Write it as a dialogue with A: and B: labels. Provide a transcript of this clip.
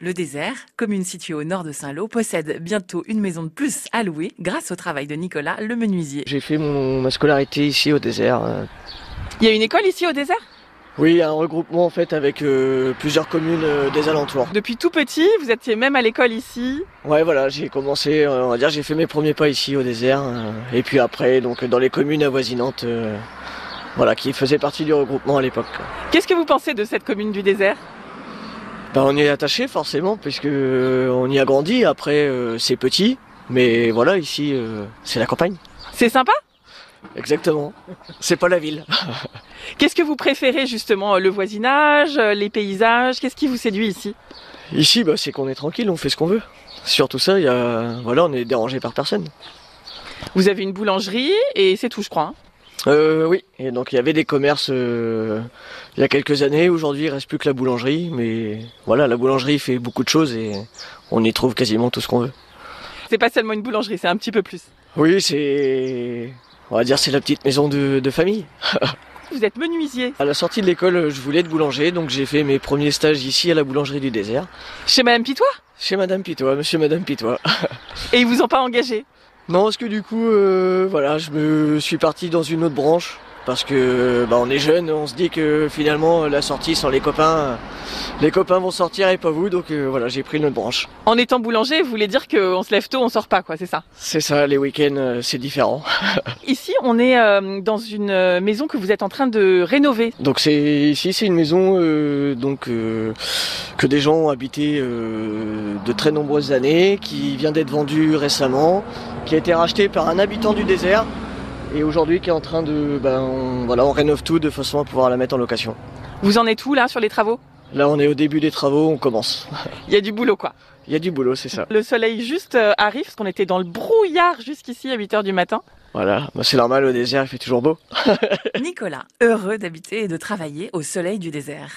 A: Le désert, commune située au nord de Saint-Lô, possède bientôt une maison de plus à louer grâce au travail de Nicolas, le menuisier.
B: J'ai fait mon, ma scolarité ici au désert. euh.
C: Il y a une école ici au désert
B: Oui, il y a un regroupement en fait avec euh, plusieurs communes euh, des alentours.
C: Depuis tout petit, vous étiez même à l'école ici.
B: Ouais, voilà, j'ai commencé, euh, on va dire, j'ai fait mes premiers pas ici au désert. euh, et puis après, donc dans les communes avoisinantes, euh, voilà, qui faisaient partie du regroupement à l'époque.
C: Qu'est-ce que vous pensez de cette commune du désert
B: Ben, on y est attaché forcément, puisque euh, on y a grandi. Après, euh, c'est petit, mais voilà, ici, euh, c'est la campagne.
C: C'est sympa
B: Exactement. C'est pas la ville.
C: Qu'est-ce que vous préférez justement Le voisinage, euh, les paysages Qu'est-ce qui vous séduit ici
B: Ici, bah, c'est qu'on est tranquille, on fait ce qu'on veut. Surtout ça, il y a... voilà, on est dérangé par personne.
C: Vous avez une boulangerie et c'est tout, je crois. hein.
B: Euh, oui, et donc il y avait des commerces euh, il y a quelques années. Aujourd'hui, il reste plus que la boulangerie, mais voilà, la boulangerie fait beaucoup de choses et on y trouve quasiment tout ce qu'on veut.
C: C'est pas seulement une boulangerie, c'est un petit peu plus.
B: Oui, c'est, on va dire, c'est la petite maison de, de famille.
C: Vous êtes menuisier
B: À la sortie de l'école, je voulais être boulanger, donc j'ai fait mes premiers stages ici à la boulangerie du désert,
C: chez Madame Pitois
B: chez Madame Pitois, Monsieur et Madame Pitois.
C: et ils vous ont pas engagé.
B: Non, parce que du coup, euh, voilà, je me suis parti dans une autre branche. Parce que bah, on est jeune, on se dit que finalement la sortie sans les copains, euh, les copains vont sortir et pas vous, donc euh, voilà, j'ai pris une autre branche.
C: En étant boulanger, vous voulez dire qu'on se lève tôt, on sort pas, quoi, c'est ça
B: C'est ça, les week-ends, euh, c'est différent.
C: Ici, on est euh, dans une euh, maison que vous êtes en train de rénover.
B: Donc c'est ici, c'est une maison euh, donc euh, que des gens ont habité euh, de très nombreuses années, qui vient d'être vendue récemment, qui a été rachetée par un habitant du désert et aujourd'hui qui est en train de, ben, on- voilà, on rénove tout de façon à pouvoir la mettre en location.
C: Vous en êtes où là sur les travaux
B: Là, on est au début des travaux, on commence.
C: Il y a du boulot, quoi.
B: Il y a du boulot, c'est ça.
C: Le soleil juste euh, arrive, parce qu'on était dans le brouillard jusqu'ici à 8h du matin.
B: Voilà, Bah, c'est normal, au désert, il fait toujours beau.
A: Nicolas, heureux d'habiter et de travailler au soleil du désert.